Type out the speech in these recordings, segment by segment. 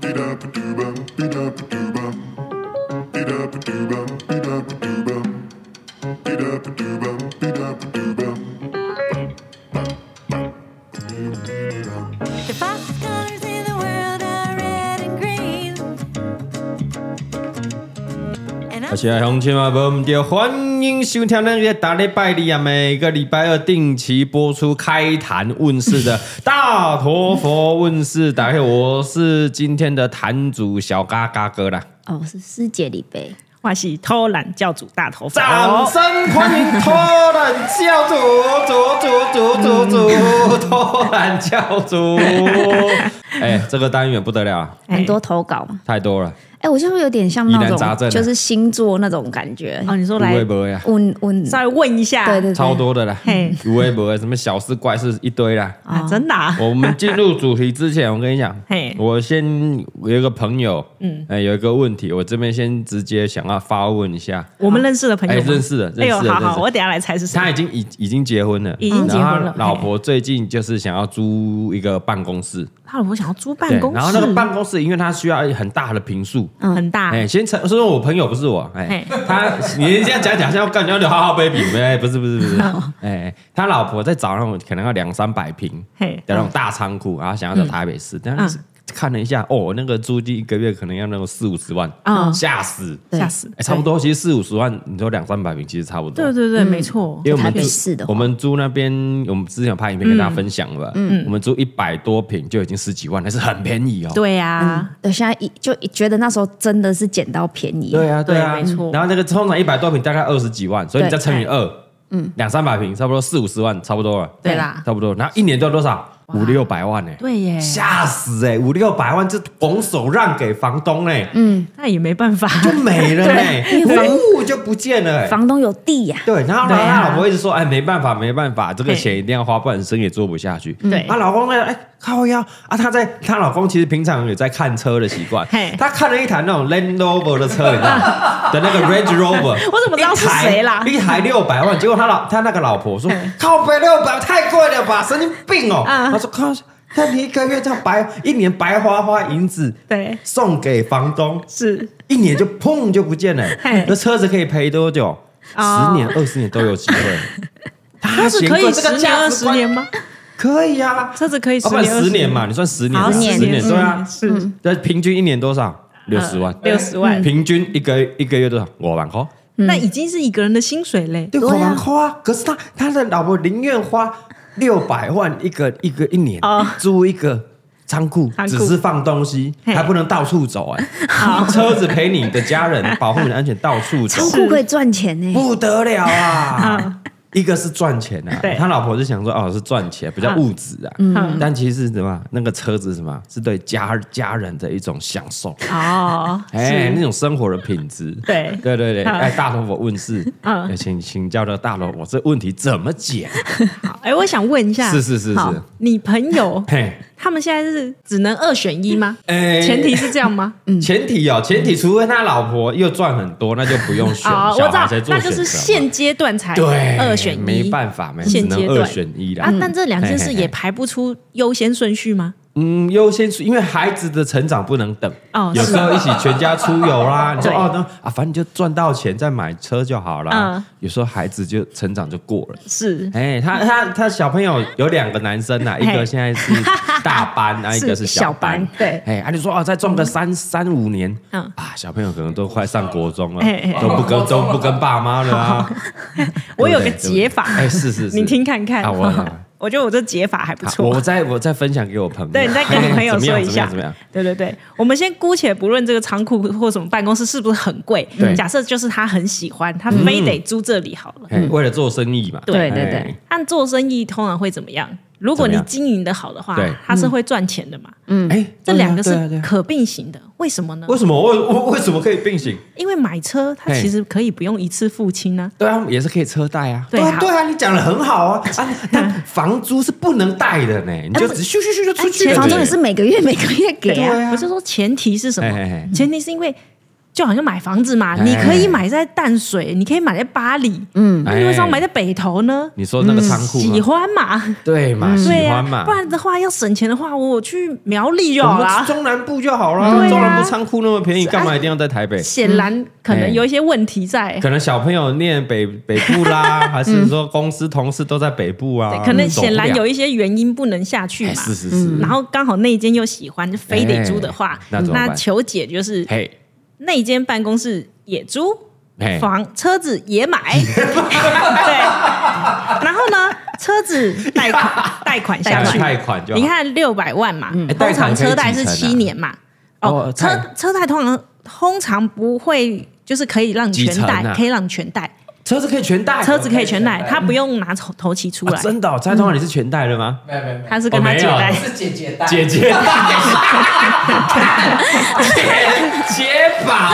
Be-da-ba-doo-bum, be-da-ba-doo-bum. Be-da-ba-doo-bum, be-da-ba-doo-bum. Be-da-ba-doo-bum, be-da-ba-doo-bum. The fastest colors in the world are red and green. And 而且乡亲们，我们就欢迎收听那个大礼拜的啊，每个礼拜二定期播出开坛问世的大陀佛问世。大家好，我是今天的坛主小嘎嘎哥啦，哦，是师姐李贝，我是偷懒教主大头掌发，声欢迎偷懒教主，主主主主主偷懒教主。哎，这个单元不得了啊，哎很多投稿嘛。太多了，哎、我是不是有点像疑那难杂症种啊就是星座那种感觉？哦，你说不来会不会啊，问问，稍微问一下，嗯对对对，超多的啦嘿，有微博什么小事怪事一堆啦。啊，真的 啊，我们进入主题之前，我跟你讲嘿，我先有一个朋友，嗯，哎，有一个问题，我这边先直接想要发问一下，我们认识的朋友哎吗，认识的认识的哎呦，好认识好，的我等一下来猜是谁他。已经已已经结婚了，已经结婚了然后他老嘿婆最近就是想要租一个办公室，他老婆想要租办对公室，然后那个办公室，因为他需要很大的平数。很大，哎，先承说我朋友不是我，哎啊嘿，他你这样讲讲，像我感觉有点浩浩 baby，哎，不是不是 不是，哎，他老婆在找那种可能要两三百平，嘿，的那种嗯大仓库，然后想要在台北市，但是看了一下，哦，那个租金一个月可能要那种四五十万，嗯吓死！哦对吓死，哎差不多，其实四五十万，你说两三百平，其实差不多。对对对，没错，因为我们台北市租的话嗯我们租那边，我们之前有拍影片跟大家分享了，我们租一百多平就已经十几万，还是很便宜哦。对啊呀，对，现在一就一觉得那时候真的是捡到便宜，对啊，对啊，没错然后那个通常一百多平大概二十几万，所以你再对乘以二，嗯，两三百平差不多四五十万，差不多了，嗯对啦差不多。然后一年都多少？五六百万呢、对耶，吓死哎、欸，五六百万就拱手让给房东哎、嗯嗯那也没办法， 就没了哎、欸，房就不见了、欸。房东有地呀、 对，然后对然后啊他老婆一直说，哎，没办法，没办法，这个嘿嗯钱一定要花，不然生意做不下去。对她老公呢，哎，靠腰啊，她在她老公其实平常有在看车的习惯嘿，他看了一台那种 Land Rover 的车，你知道吗 的那个 Range Rover，我怎么知道是谁啦一台一台六百万，结果他老他那个老婆说，靠北六百太贵了吧，神经病哦。啊他说靠，那你一个月这样白一年白花花银子对，送给房东，是一年就砰就不 见了嘿。那车子可以赔多久？哎哦十年、二十年都有机会。 车子可嫌以贵这十个年价二值十观年吗？可以啊，车子可以要十不然年二十十年嘛，你算十年啊，好十年年嗯对啊，是那平均一年多少？六十万，六十万，平均一个一个月多少？五万块。那已经是一个人的薪水嘞，对，对五啊万花。可是他他的老婆宁愿花六百万一个一个一年、哦租一个仓库，仓库只是放东西，嘿还不能到处走哎、 车子陪你的家 人，保护你的安全，到处走仓，库可以赚钱呢、不得了啊！一个是赚钱啊对，他老婆就想说哦是赚钱，比较物质啊，嗯但其实是什么那个车子是什么是对家家人的一种享受。哦，哎，那种生活的品质， 对对对对，嗯哎，大头佛问世， 嗯哎请请教这个大头佛，这问题怎么解？好哎，我想问一下，是是是好是，你朋 友嘿，他们现在是只能二选一吗？哎前提是这样吗？前提哦，前提，除非他老婆又赚很多，那就不用 选，啊，我小知孩道才，做那选就是择嘛。现阶段才对，二选一，没办法，没只现能阶二段选一啦啊。。但这两件嘿事嘿嘿也排不出优先顺序吗？嗯，优先是因为孩子的成长不能等，哦有时候一起全家出游 啦，你说对哦那啊，反正你就赚到钱再买车就好啦嗯。有时候孩子就成长就过了。是哎、他他他小朋友有两个男生啊呐、一个嘿现在是大班， 啊然后一个是小班小班。对哎，啊，你说哦，再种个三三五年，嗯啊，小朋友可能都快上国中了嘿嘿，都不跟都不跟爸妈了啊。我有个对不对解法对不对哎，是是是，你听看看，啊我来 我觉得我这解法还不好错我。再我再分享给我朋友，对，你再跟你朋 友哎怎么说样一下怎么样？，对对对，我们先姑且不论这个仓库或什么办公室是不是很贵对，嗯假设就是他很喜欢，他非得租这里好了。怎么样哎，为了做生意嘛，对对哎对，按做生意通常会怎么样？如果怎么你样经营的好的话对，它是会赚钱的嘛。哎，嗯这两个对啊对啊对是啊可并行的，为什么呢？为什么为为为什么可以并行？因为买车它嘿其实可以不用一次付清呢、对啊，也是可以车贷啊。对啊好对啊，你讲的很好啊啊！但房租是不能贷的呢，你就哎不只咻咻咻就出去钱了。房东也是每个月每个月给对啊，啊我是说前提是什么？嘿嘿嘿前提是因为就好像买房子嘛，哎你可以买在淡水，你可以买在巴黎，嗯，那你为什么买在嗯北投呢？哎你说那个仓库喜吗？欢嘛，对嘛，啊喜嗯对欢呀、嘛不，然的话要省钱的话，我去苗栗就我好们啦去。中南部就好了。对啊中南部仓库那么便宜，干嘛一定要在台北？显然可能有一些问题在，可能小朋友念北北部 啦，还是说公司同事都在北部啊对，？可能走显不然了有一些原因不能下去哎嘛。嗯是是是，然后刚好那一间又喜欢，就非得租的话，哎那怎么办那求解就是嘿，那一间办公室也租，嘿，房车子也买， 对。然后呢，车子贷 款贷款下去，贷款就好你看六百万嘛，哎通贷款常可以车贷几是成啊七年嘛，哦哦，车贷车贷通常通常不会。就是可以让几全成贷，啊可以让全贷，车子可以全贷，车子可以全贷，他不用拿头头期出啊来，嗯真的哦，蔡通华你是全贷的吗？没有没有没有，他是跟他姐哦没贷有。是姐姐带，姐姐，姐姐宝，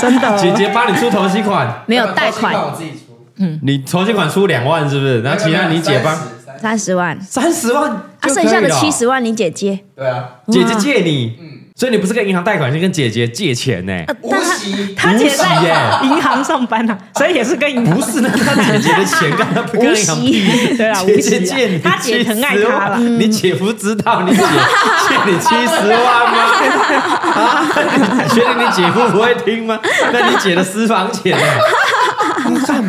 真的，姐姐帮你出头期款，没有那个贷东西款我自己出，你头期款出两万是不是？然后其他你姐帮帮，三十万，三十万，啊，剩下的七十，万你姐姐，对啊，姐姐借你，所以你不是跟银行贷款，是跟姐姐借钱呢？呃无但息他他姐无息耶在银行上班呐、啊，所以也是跟银 行不是那他姐姐的钱，跟他不跟 无银行锡，对啊， 姐无姐息借啊你，他姐疼爱70他万了。嗯你姐夫知道你姐 借你七十万吗？ 啊， 你确定你姐夫不会听吗？那你姐的私房钱呢？ 你看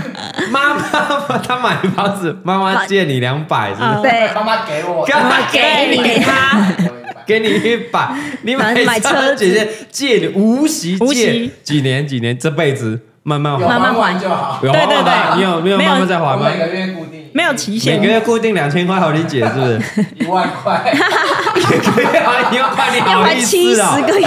妈妈她买房子，妈妈借你两百，是不啊是？对，妈妈给我，干嘛给你给他？我啊一百给你一百，你买买买车子姐姐借你无息无借息几年几年，这辈子慢慢还。有慢还还完就好，有对对慢慢还对你有没有没有慢慢在还我吗每？个月固定没有期每限个，月固定两千块，好理解是不是？ 一万 块，可以啊，你要快，你要 好还意七思十啊？个月，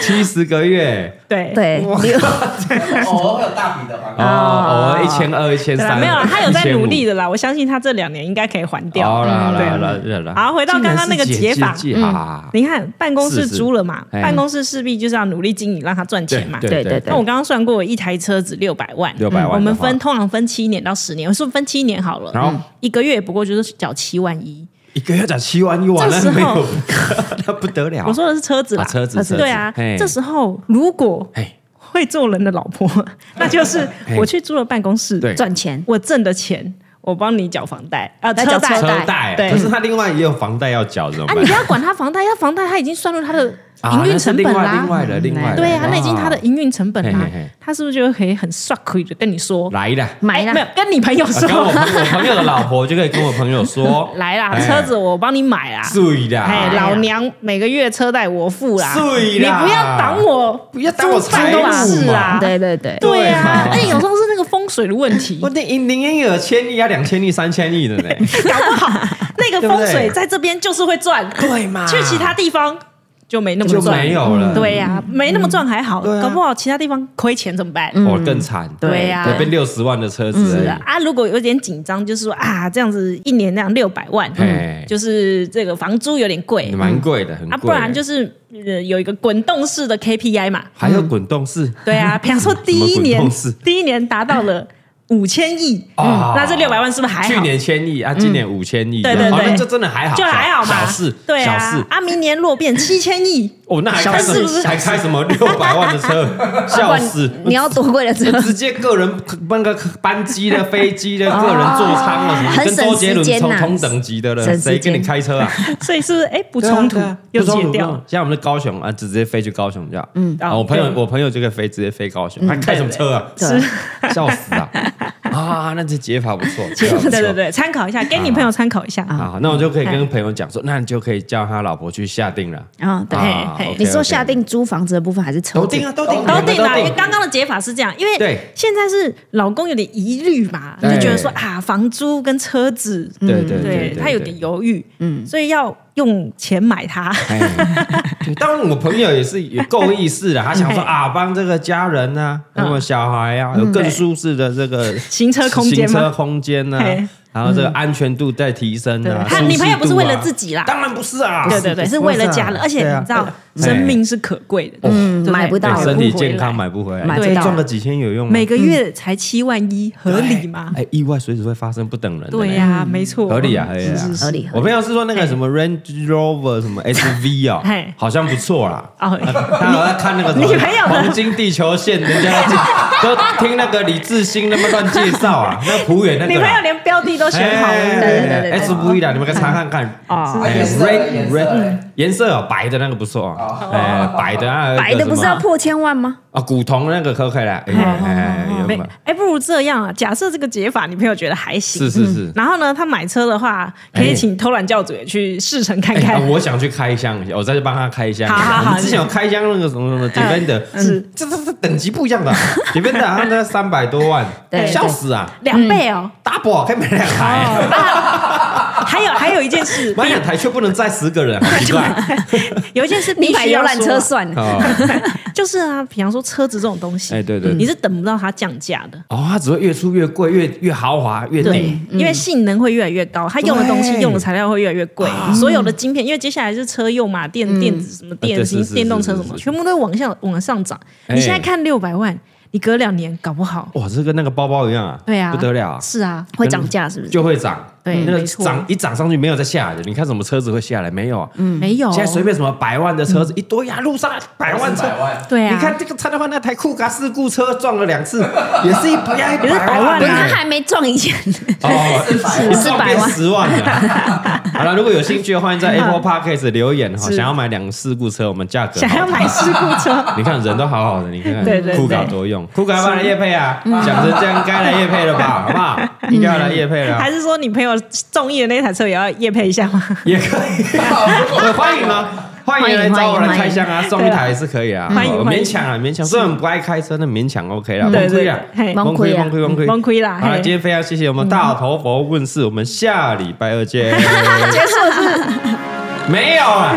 七十个月对 对，六偶尔会有大笔的还哦，款，哦，一千二、一千啊哦对啦，啊三，没有啦，他有在努力的。的啦，我相信他这两年应该可以还掉。嗯好了，好了，对好了，好了。好回到刚刚那个解法竟然嗯是姐姐借啊你看办公室是是租了嘛，哎办公室势必就是要努力经营，让他赚钱嘛。对对那我刚刚算过，一台车子六百万，嗯600万的话我们分通常分七年到十年，我说分七年好了，然后一个月不过就是缴七万一。一个月涨七万一晚，这时那候没 有，那不得了。我说的是车子啦，啊车子车子对啊嘿。这时候如果嘿，会做人的老 婆，那就是嘿我去租了办公室，对赚钱，我挣的钱，我帮你缴房贷啊，来车缴贷。车车贷，对可是他另外也有房贷要缴，怎么啊，办你不要管他房贷，他房贷他已经算入他的 啊营运成本那是另。啦外另外的，另外的，对啊，那已经他的哦营运成本嘿啦嘿嘿，他是不是就可以很 s 可以的跟你说，来了。买哎没有啦，跟你朋友啊跟我说，，朋我朋友的老婆就可以跟我朋友说 来啦，哎啊车子我帮你买啦，醉啦，哎，老娘每个月车贷我付啦，睡你啦不要挡我，不要挡我办财公路室嘛啊，对对对，对对嘛啊，而且有时候是那个风水的问题 我，那一零也有千亿啊，两千亿、三千亿的呢。搞不好对那个不风对水在这边就是会赚， 对嘛去其他地方就没那么就赚，嗯没有了。对呀、没那么赚还好，嗯对啊搞不好其他地方亏钱怎么办？哦，更惨。嗯对呀那变六十万的车子而是已啊，啊，如果有点紧张，就是说啊，这样子一年那样六百万，嘿 就是这个房租有点贵也蛮贵的，很啊，贵。不然就是、呃、有一个滚动式的 KPI 嘛，还有滚动式 对啊，比方说第一滚年动式第一年达到了五千亿，啊那这六百万是不是还好？嗯去年千亿啊，今年五千亿，对对哦对那这真的还好，就还好嘛，小事，对小啊事，。啊，明年若变七 千亿，哦，那还小开什事是不么？是还开什么六百万的 车？笑死！啊你要多贵的车那？直接个人那个班机的、飞机的、个人座舱了，什哦么很跟周杰伦省时间啊同呐同等级的了，省时谁跟你间开车啊？所以是不是哎不对啊冲突对啊又不冲解突掉不冲？突像我们的高雄啊，直接飞去高雄就好。嗯，啊，哦我朋友对嗯我朋友就可以飞直接飞高雄，还开什么车啊？对 笑死啊！啊，那这解法不 错，解法不 对错嗯对。对，参考一下，给你朋友参考一下。好，那我就可以跟朋友讲说，那你就可以叫他老婆去下定了。啊，对，啊嘿嘿 OK，你说 OK 下定租房子的部分还是车都子定？啊，都定，都定啦，因两为个刚刚的解法是这样，因对为现在是老公有点疑虑嘛，就对觉得说啊，房租跟车子，嗯对嗯对对对，他有点犹豫，嗯，所以要用钱 买它，哎，对当然我朋友也是有够意识的，他想 说嗯啊，帮这个家人啊，那么小孩啊，有更舒适的这个行车空间行车嘛，空间呢嘿，然后这个安全度在提升对啊。他舒适女朋友不是度啊为了自己啦当然不是啊，对对对，是为了家人，而且对你啊知道对啊。哦生命是可贵的，嗯对对买不到对买身不体回健康来买不回来，哎买不这到赚个几千有用吗？每个月才七万一，合理吗？哎，意外随时会发生，不等人。对。呀，没错，合理啊，合理是啊是，是合理我朋友是说那个什么 Range Rover 什 么 SV 啊嘿，好像不错啦。哦，他好像看那个什么 你朋友的黄金地球线》，人家都听那个李志新那么乱介绍啊，那个浦远那个女朋友啦。连标的都选好哎了，对对对对 SV 啦，你们可以查看看。哦，啊哎颜色，red 颜色 red 嗯颜色哦白的那个不错啊哦，哎，白的啊，白的不是要破千万吗？啊，古铜那个可不可以啦？哎哎，有没吗？哎，不如这样啊，假设这个解法你朋友觉得还行，是是嗯是。然后呢，他买车的话，可以请偷懒教主也去试乘看哎呀，看。我想去开箱一下，我再去帮他开箱一下。好好好我们之前有开箱那个什么什么哎 Defender，嗯是这这这等级不一样的 啊 Defender，他那三百多万，对哦笑死啊两倍哦， ！Double 啊可以买两台，嗯还有还有一件 事，买两台却不能载十个人，好奇怪。有一件事你必买须游要览说车啊，算了，哦就是啊，比方说车子这种东西，哎对对你是等不到它降价的，哦，它只会越出越贵，越越豪华越对嗯顶。，因为性能会越来越高，它用的东西、用的材料会越来越贵，啊所有的晶片，因为接下来是车用嘛，电电子什么电啊对芯是、是电动车什是么，是是全部都往上往上涨。哎你现在看六百万，你隔两年搞不好，哇，这跟那个包包一样啊！对啊，不得了啊，是啊，会涨价是不是？就会涨。对那个没错涨一涨上去没有再下来的。你看什么车子会下来？没有啊。没有，现在随便什么百万的嗯车子一堆呀，啊路上百万车百万，对啊，你看这个蔡德焕那台酷咖事故车撞了两次， 也是一百也也是百万啊不是，他啊，还没撞以前，哦，一是四百万撞百变万十万 了。好了，如果有兴趣的，欢迎在 Apple Podcast 留言哈。嗯是想要买两事故车，我们价格想要买事故车， 你看人都好好的，你看看对对对嗯酷咖多用，酷咖要不要来夜配啊？讲成这样，该来夜配了吧， 好不好？应该要来夜配了，还是说你朋友中意的那台车也要夜配一下 吗？也可以，我欢迎 啊。欢迎来找我来开箱啊，送一台也是可以啊，欢迎我欢迎勉强啊，勉强，虽然不爱开车，但勉强 OK 啦，蒙对亏对啦，对嘿蒙亏，蒙亏，蒙亏，蒙亏啦好了，嘿今天非常谢谢我们大头佛问世，我们下礼拜二见。嗯 结束了是不是？没有啊，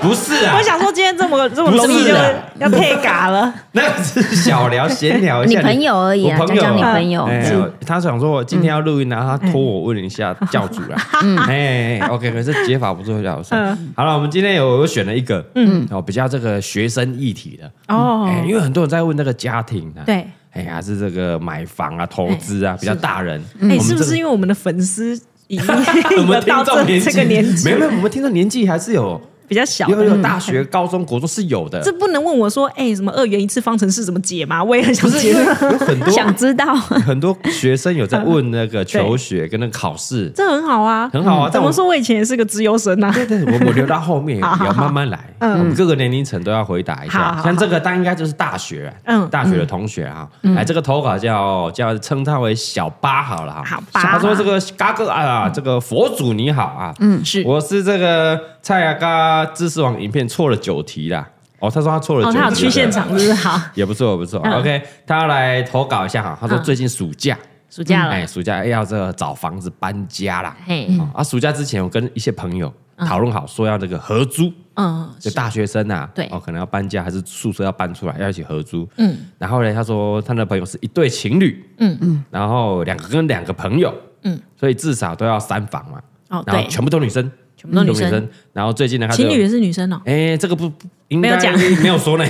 不是啊我，想说今天 这么这么容易不是就啊要配嘎了， 那个是小聊闲聊一你下，朋友而已啊，我讲朋友讲你啊朋友，哎是嗯他想说，我今天要录音，然后他托我问一下教主啦。嗯 哎哎，OK，可是解法不错，教授。好了，我们今天有有选了一个，嗯，哦，比较这个学生议题的哦哎因为很多人在问这个家庭啊，对，哎呀，是这个买房啊、投资啊，比较大人，哎，我们是这不个是因为我们的粉丝已经 我们听 到众这年这纪个年纪没有没有，我们听众年纪还是有比较小的？嗯有有大学、高中、国中是有的这，不能问我说，哎、什么二元一次方程式怎么解吗？我也很想不是解因为。有很多想知道。很多学生有在嗯问那个求学跟那个考试， 这很好啊，很好啊嗯但怎我么说？我以前也是个资优生呐、啊。对对，我我留到后 面也要慢慢来，我们各个年龄层都要回答一好嗯好下。好像这个，他应该就是大学，啊嗯大学的同学啊，哎，这个投稿叫叫称他为小八好了哈。好嗯八他说这个嘎哥啊，这个佛祖你好啊，嗯，是我是这个蔡雅嘎知识网影片错了九题啦。哦，他说他错了九哦，题，他有去现场，是不是？好，也不错，不错。嗯 OK，他要来投稿一下哈。他说嗯最近暑假，暑假了，哎，暑假要这个找房子搬家啦。嘿，哦啊，暑假之前我跟一些朋友讨论好，说要这个合租，嗯，就大学生啊，对哦，可能要搬家，还是宿舍要搬出来，要一起合租。嗯，然后呢，他说他的朋友是一对情侣，嗯嗯，然后两个跟两个朋友，嗯，所以至少都要三房嘛。哦然后对全部都女生，全部都女生生。然后最近呢，他就情侣也是女生哦，哎，这个不不应没有该讲没有说呢，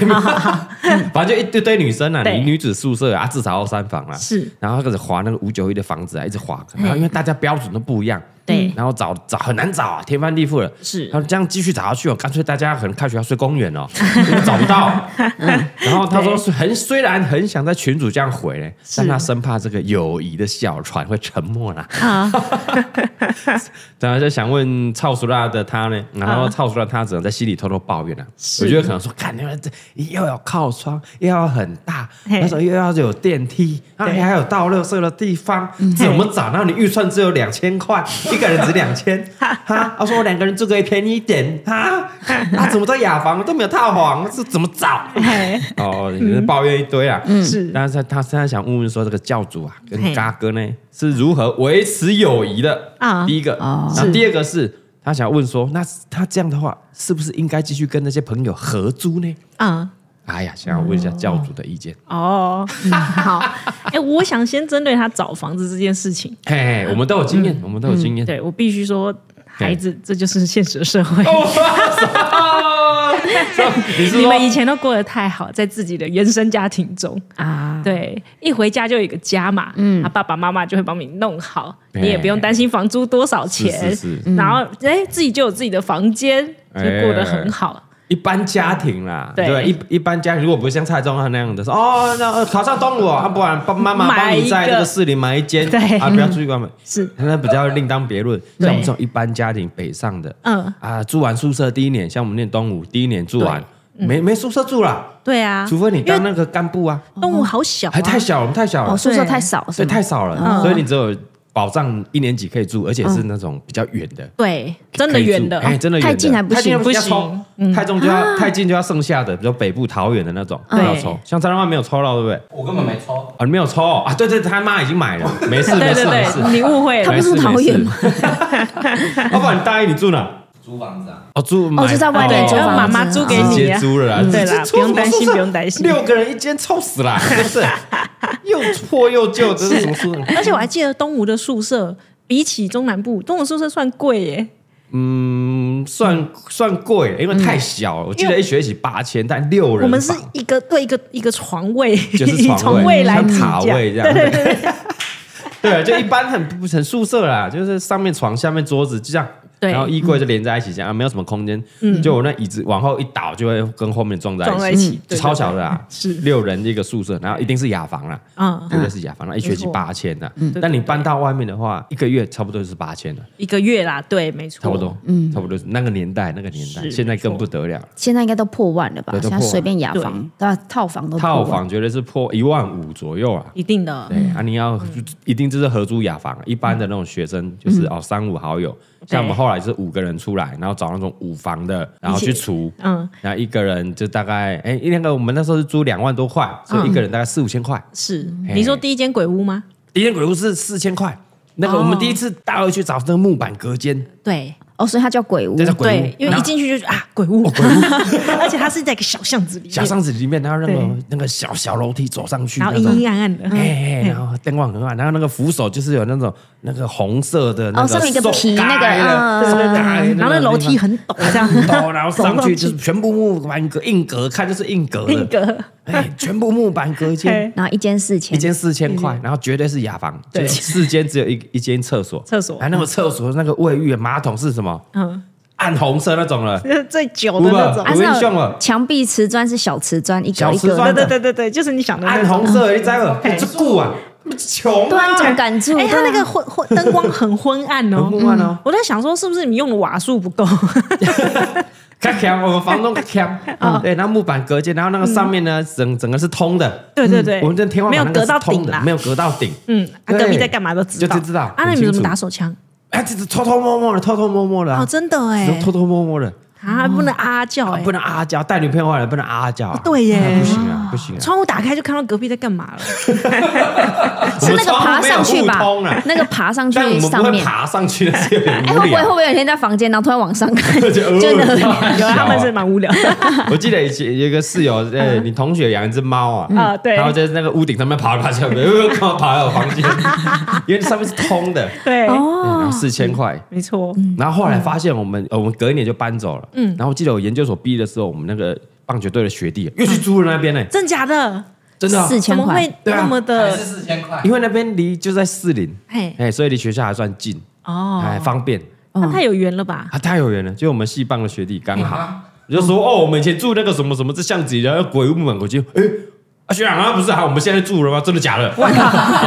反正就一堆堆女生啊，对你女子宿舍啊，至少要三房啊。是，然后他开始划那个五九一的房子啊，一直划，然后因为大家标准都不一样，对然后找找很难找啊，天翻地覆了。是他说这样继续找下去哦，干脆大家可能开学要睡公 园哦，因为找不到。嗯然后他说很虽然很想在群主这样回呢，但他生怕这个友谊的小船会沉没 啦。啊 然后就想问超熟辣的他呢，然后超熟辣他只能在心里偷偷抱怨了、啊。我觉得可能说，看你们这又有靠窗，又要很大，嘿那时候又要有电梯，啊，对还有倒垃圾的地方，怎么找？然后你预算只有两千块，一个人只两千， 哈，他说我两个人住可以便宜一点，哈， 他怎么在雅房都没有套房，这怎么找？嘿，哦，你是抱怨一堆啊，嗯是但是他他现在想问问说，这个教主啊，跟嘿嘎哥呢是如何维持友谊的啊第一个，然后第二个哦是他想问说，那他这样的话，是不是应该继续跟那些朋友合租呢？嗯，哎呀，想要问一下教主的意见。哦，嗯好，哎，我想先针对他找房子这件事情，嘿嘿，我们都有经验，我们都有经验。对我必须说，孩子，这就是现实社会。哦，你是你说们以前都过得太好，在自己的原生家庭中，啊，对，一回家就有一个家嘛，嗯，啊，爸爸妈妈就会帮你弄好，你也不用担心房租多少钱，是是是嗯哎然后哎，自己就有自己的房间，就过得很好。一般家庭啦，对对，一一般家庭如果不是像蔡宗翰那样的说哦，那呃考上东吴啊，不然帮妈妈帮买一你个在这个市里买一间，对啊，不要出去关门，是那比较另当别论。对像我们这种一般家庭北上的，嗯啊，住完宿舍第一年，像我们念东吴第一年住完，没没宿舍住了，对啊，除非你当那个干部啊，动物好小、啊，还太小，我们太小了哦，，宿舍太少，所是以吗太少嗯了，所以你只有保障一年级可以住，而且是那种比较远的。对，真的远的可以住哎，真的远的太近还不行太近不要行嗯啊抽太重就要太近就要剩下的，比如北部桃园的那种不对要抽，像张万没有抽到，对不对？ 我根本没抽，啊，你没有抽哦啊？对对，他妈已经买 了，没事没对对事没事。对，你误会他了不，是桃园吗？要哦不然你大一你住哪？租房子啊，哦，住哦，就在外面哦租就房，妈妈租啊给直你接租了嗯啦，嗯对啦这这不用担心这不用担心六个人啊一间，臭死啦，是不 是？又破又旧，这是什么事？而且我还记得东吴的宿舍，比起中南部，东吴宿舍算贵耶。嗯，算算贵，因为太小嗯了，我记得一学期八千，但六人我们是房一个对一个一个床位，就是以床位来像计塔价，位这样。对对 就一般很不很宿舍啦，就是上面床，下面桌子就这样。对嗯然后衣柜就连在一起，这样、啊、没有什么空间。就我那椅子往后一倒，就会跟后面撞在一起，撞在一起嗯对对超小的啦，是六人一个宿舍，然后一定是雅房啦，嗯，绝对是雅房啦，一学期没错嗯八千的。但你搬到外面的话，一个月差不多就是八千了，一个月啦，对，没错，差不多，嗯，差不多是那个年代，那个年代，哦是现在更没不错得了了。现在应该都破万了吧对？都现破万在随便雅房、对啊套房哦都破套万房绝对是破一万五左右啊，一定的。对啊，你要嗯一定就是合租雅房，一般的那种学生就是哦三五好友，像我们后来是五个人出来，然后找那种五房的，然后去除，嗯，然后一个人就大概哎一两个，我们那时候是租两万多块，嗯所以一个人大概四五千块，是嘿你说第一间鬼屋吗？一间鬼屋是四千块。那哦个我们第一次大二去找那个木板隔间，对哦，所以它叫鬼屋那。叫鬼屋嗯哦对，，因为一进去就觉得啊鬼屋， 而且它是在一个小巷子里面，小巷子里面，然后那个对那个小小楼梯走上去，然后那阴种。阴暗暗的，哎，然后灯光很暗，然后那个扶手就是有那种那个红色的那个哦上面一个手皮嘎那个的嗯手嘎的然后那楼梯很陡，这样很陡，然后上去就是全部木板隔硬隔，看就是硬隔那的，个哎，全部木板隔间，然后一间四千一，间四千块，然后绝对是雅房，嗯对就是四间只有一一间厕所，厕所哎，那个厕所那个卫浴马桶是什么？嗯，暗红色那种了，就是最久的那种有，印象了墙壁瓷砖是小瓷砖，一小格一瓷格砖对的。对对对对，就是你想的那暗种红。色的，你知道吗？这固啊，穷对啊，啊，总感触。哎，它那对个啊昏昏灯光很昏暗哦，很昏暗哦嗯我在想说，是不是你用的瓦数不 够？较强，我们房东较强。对，然后木板隔间，然后那个上面呢，整整个是通的。对对对，我们这天花没板有那个隔是到通顶的，啦没。有隔到顶。嗯，啊，对隔壁在干嘛都知道，就知道啊，那你很清们楚怎么打手枪？哎，这是偷偷摸摸的，偷偷摸摸的啊哦，，真的哎，偷偷摸摸的，啊，不能啊啊叫啊哎，不能啊啊叫，带女朋友回来不能啊啊叫啊。对耶啊不行啊，不行啊。窗户打开就看到隔壁在干 嘛了。是那个爬上去吧我们窗户没有互通啊？那个爬上去但我们不上会面，爬上去，那是有点哎，无会不会会不聊。会有一天在房间，然后突然往上 看，就就那呃个有啊，他们是蛮无聊 的。我记得以前有一个室友，呃，你同学养一只猫啊，啊对然后在那个屋顶上面爬来爬去，有没有看我爬到我房间？因为上面是通的，对，哦，嗯四千块，没错，然后后来发现我嗯们、呃，我们隔一年就搬走了。嗯，然后我记得我研究所毕业的时候，我们那个棒球队的学弟嗯又去租了那边呢、真假的？真的啊、四怎千么块会。那么的？还是四千块因，为那边离就在士林，嘿，哎，所以离学校还算近，哎，哦，方便那太有缘了吧？啊，太有缘了，就我们系棒的学弟刚好啊，嗯就说哦，我们以前住那个什么什么这巷子，然后鬼屋门口就哎。啊，学长啊，不是啊，我们现在住了吗？真的假的？ 然后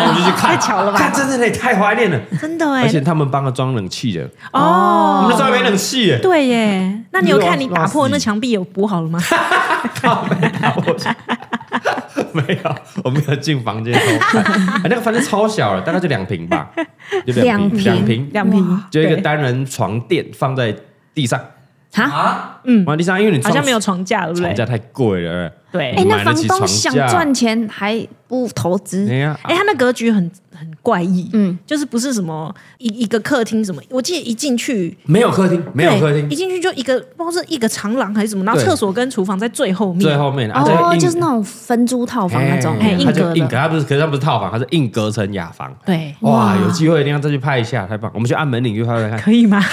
我们就去看，太巧了吧看，真的呢，太怀念了。真的而哎且，他们帮他装冷气的，我们那时候还哦，没冷气耶。对耶。那你有看你乱乱打破死那墙壁有补好了 吗？ 没有，我没有进房间偷 看、哎那个房间超小了，大概就两平吧，就两平，两两平，两瓶，就一个对单人床垫放在地上，哈，啊，放在地上，因为你好床像没有床架，对不床架对？太贵了，对哎，你那买得房起东床想架赚钱还不投哎资，呀，哎，他那格局很很怪异，嗯，就是不是什么一一个客厅什么，我记得一进去。没有客厅，没有对客厅一，进去就一个，不知道是一个长廊还是什么，然后对厕所跟厨房在最后面，最后面啊，哦，硬就是那种分租套房那种，哎硬它就格的硬格，它不是，可是它不是套房，它是硬隔成雅房。对， 哇，有机会一定要再去拍一下，太棒！我们去按门铃去拍拍看。可以吗？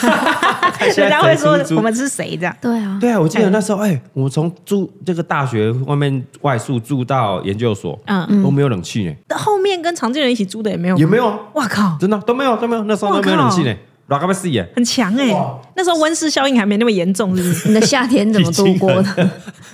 人家会说谁出租我们是谁这样。对啊，对啊，我记得那时候，哎、我从住这个大学外面外宿住到研究所，嗯都没有冷气呢，后面跟常见人一起租的也没有，也没有啊，哇靠，真的都没有，都没有，那时候都没有冷气呢，老干巴死耶！很强哎、哇那时候温室效应还没那么严重，是 不是？你的夏天怎么度过已的？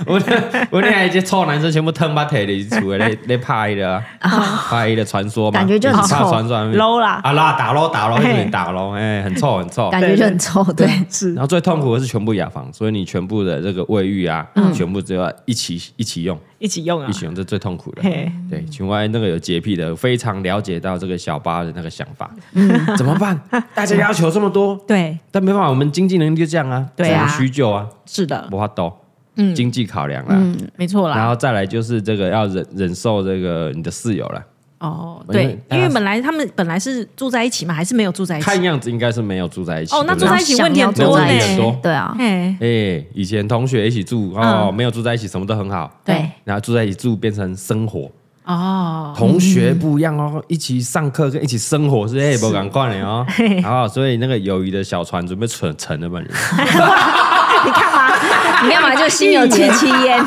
我 那我那些臭男生全部腾把腿里出来，那那拍的啊，拍的传说嘛，感觉就很怕臭传说 low 啦啊啦打 low 打 low 嘿一直打 low，哎，很臭很臭。感觉就很臭，对， 是然后最痛苦的是全部雅房，所以你全部的这个卫浴啊，嗯全部只要一起一起用，一起用啊一。起用，这最痛苦的。嘿，对，群外那个有洁癖的，非常了解到这个小巴的那个想法，嗯怎么办？大家要求这么多，对，但没办法，我们经济能力就这样啊，对啊只能许久啊，是的，无法抖，嗯经济考量啦，没错嗯然啦。后再来就是这个要忍忍受这个你的室友了，哦，因为对，大因家为本来他们本来是住在一起嘛，还是没有住在一起？看样子应该是没有住在一起。嗯哦那对住不在对一起问题很多呢想要住在一起对啊，哎，哎，以前同学一起住嗯哦，没有住在一起，什么都很好。对，然后住在一起住变成生活，哦，同学不一样哦，一起上课跟一起生活是哎不赶快的哦，嗯 然后所以那个友谊的小船准备沉沉了嘛，你看嘛。你干嘛就心有戚戚焉？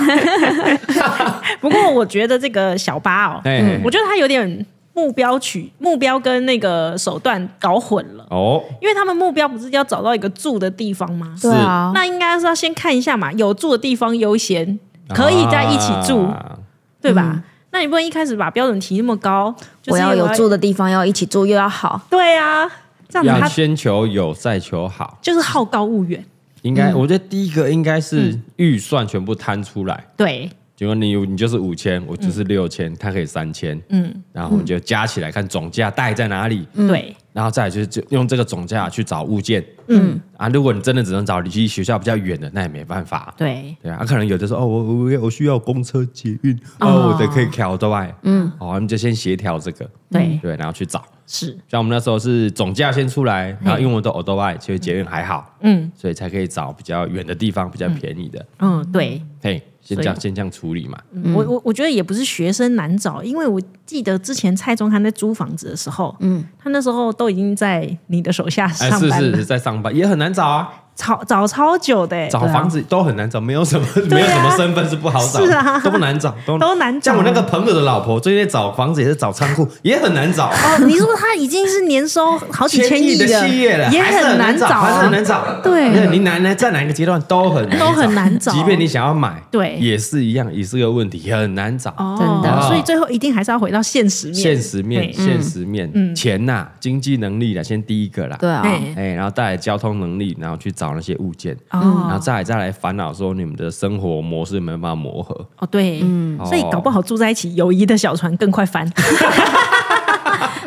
不过我觉得这个小八哦， 哎我觉得他有点目标取目标跟那个手段搞混了，哦，因为他们目标不是要找到一个住的地方吗？对啊，那应该是要先看一下嘛，有住的地方优先，可以在一起住，啊对吧？那你不能一开始把标准提那么高，就是、啊我要有住，的地方，要一起住，又要好，对啊，这样子要他先求有，再求好。就是好高骛远，应该，我觉得第一个应该是预算全部摊出来。对，结果你你就是五千，我就是六千，他可以三千，嗯，然后我们就加起来看总价大概在哪里，嗯对，然后再来就是就用这个总价去找物件，嗯啊，如果你真的只能找离学校比较远的，那也没办法，对，对啊，啊可能有的时候哦，我我我需要公车捷运，哦，我的可以调对吧？嗯，好，我们就先协调这个，对，对，然后去找，是，像我们那时候是总价先出来，然后因为我们都 o d o y 其实捷运还好，嗯所以才可以找比较远的地方，比较便宜的，嗯，对，嘿，先这样所以嗯先这样处理嘛，我我我觉得也不是学生难找，因为我记得之前蔡宗翰在租房子的时候，嗯，他那时候都已经在你的手下上哎，是班了，是是在上班也很难找啊，超找超久的、欸，找对啊房子都很难找，没有什么、对啊没有什么身份是不好找，是啊都不难找，都都难找像我那个朋友的老婆，最近在找房子也是找仓库，也很难找，哦，你说他已经是年收好几千亿的了，企业了，也还是很难找，还是啊很。难找。对那你哪哪在哪一个阶段都很难都很难找即便你想要买，对也是一样，也是个问题，也很难找。哦，真的所以最后一定还是要回到现实面。啊嗯现实面，对现实面，钱呐，经济能力啦，先第一个啦，对啊，哎哎，然后再来交通能力，然后去找那些物件，然后哦再来再来烦恼说你们的生活模式没办法磨合，哦，对，所以搞不好住在一起，友谊的小船更快翻。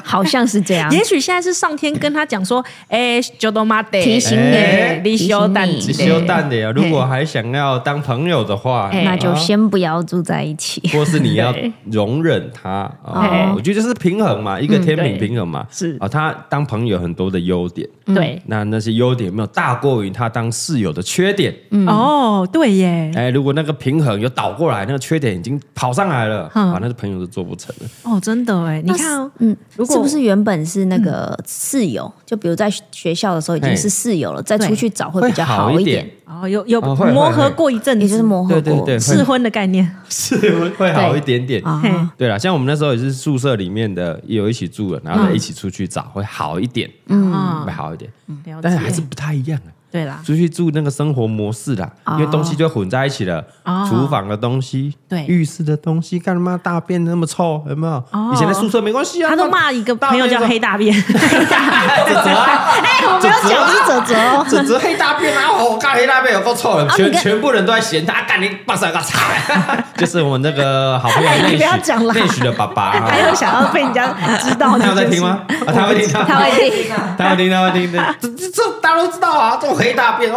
好像是这样。也许现在是上天跟他讲说，哎，就都妈得提醒哎你，你修蛋提之你醒修蛋的呀，如果还想要当朋友的话，你，那就啊先不要住在一起。或是你要容忍他啊哎，我觉得就是平衡嘛，嗯一个天平平衡嘛，是啊，他当朋友很多的优点，嗯对，那那些优点有没有大过于他当室友的缺点，嗯哦，对耶，哎，如果那个平衡有倒过来，那个缺点已经跑上来了，嗯啊，那个朋友就做不成了，哦，真的哎，你看哦，嗯，如果嗯是不是原本是那个室友？就比如在学校的时候已经是室友了，再出去找会比较好一点，，哦，有有哦会会磨合过一阵也就是子，磨合对对过。对，试会婚的概念，是会好一点点。啊嘿， 对啦，像我们那时候也是宿舍里面的，也有一起住的，然后再一起出去找，会好一点，嗯会，好一点，了但是还是解，不太一样啊。对啦，出去住那个生活模式啦，因为东西就混在一起了，厨房的东西，哦对浴室的东西，干嘛大便那么臭，有没有？以前在宿舍没关系啊，哦他都骂一个朋友叫黑大便，黑 大便，啊哎，我没有讲是哲哲哦，啊这这啊黑大便啊，哦，干黑大便有够臭的，全你跟全部人都在嫌他，干你把手给 擦， 就是我们那个好朋友哎你内不要许讲啦内许的爸爸 啊，还有想要被人家知 道，他有在听吗？？啊，他会听，他他会听，他会听，他会听的，这这这大家都知道啊，这种黑大 便哦，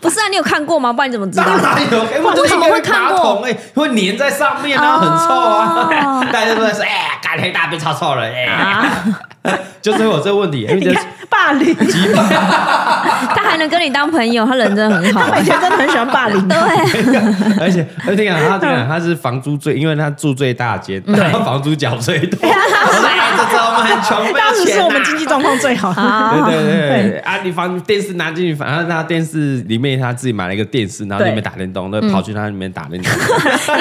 不是啊？你有看过吗？不然你怎么知道 当？然有， 哎，我为什么会看马过桶哎，会粘在上面哦啊，很臭 啊，大家都在说，哎，干黑大便超臭了，哎， 就是会有这个问题，因为 啊 你这看霸凌，基本 他还能跟你当朋友，他人真的很好 他。们以前真的很喜欢霸凌，对，而且而且嗯啊，他 这个他是房租最，因为他住最大间，然后房租缴最多，我说哎这怎么很穷，没当有时钱是啊我们经济状况最好。啊对对对对啊！你房电视拿进去，反正他电视里面他自己买了一个电视，然后里面打电动，那嗯跑去他里面打电 动。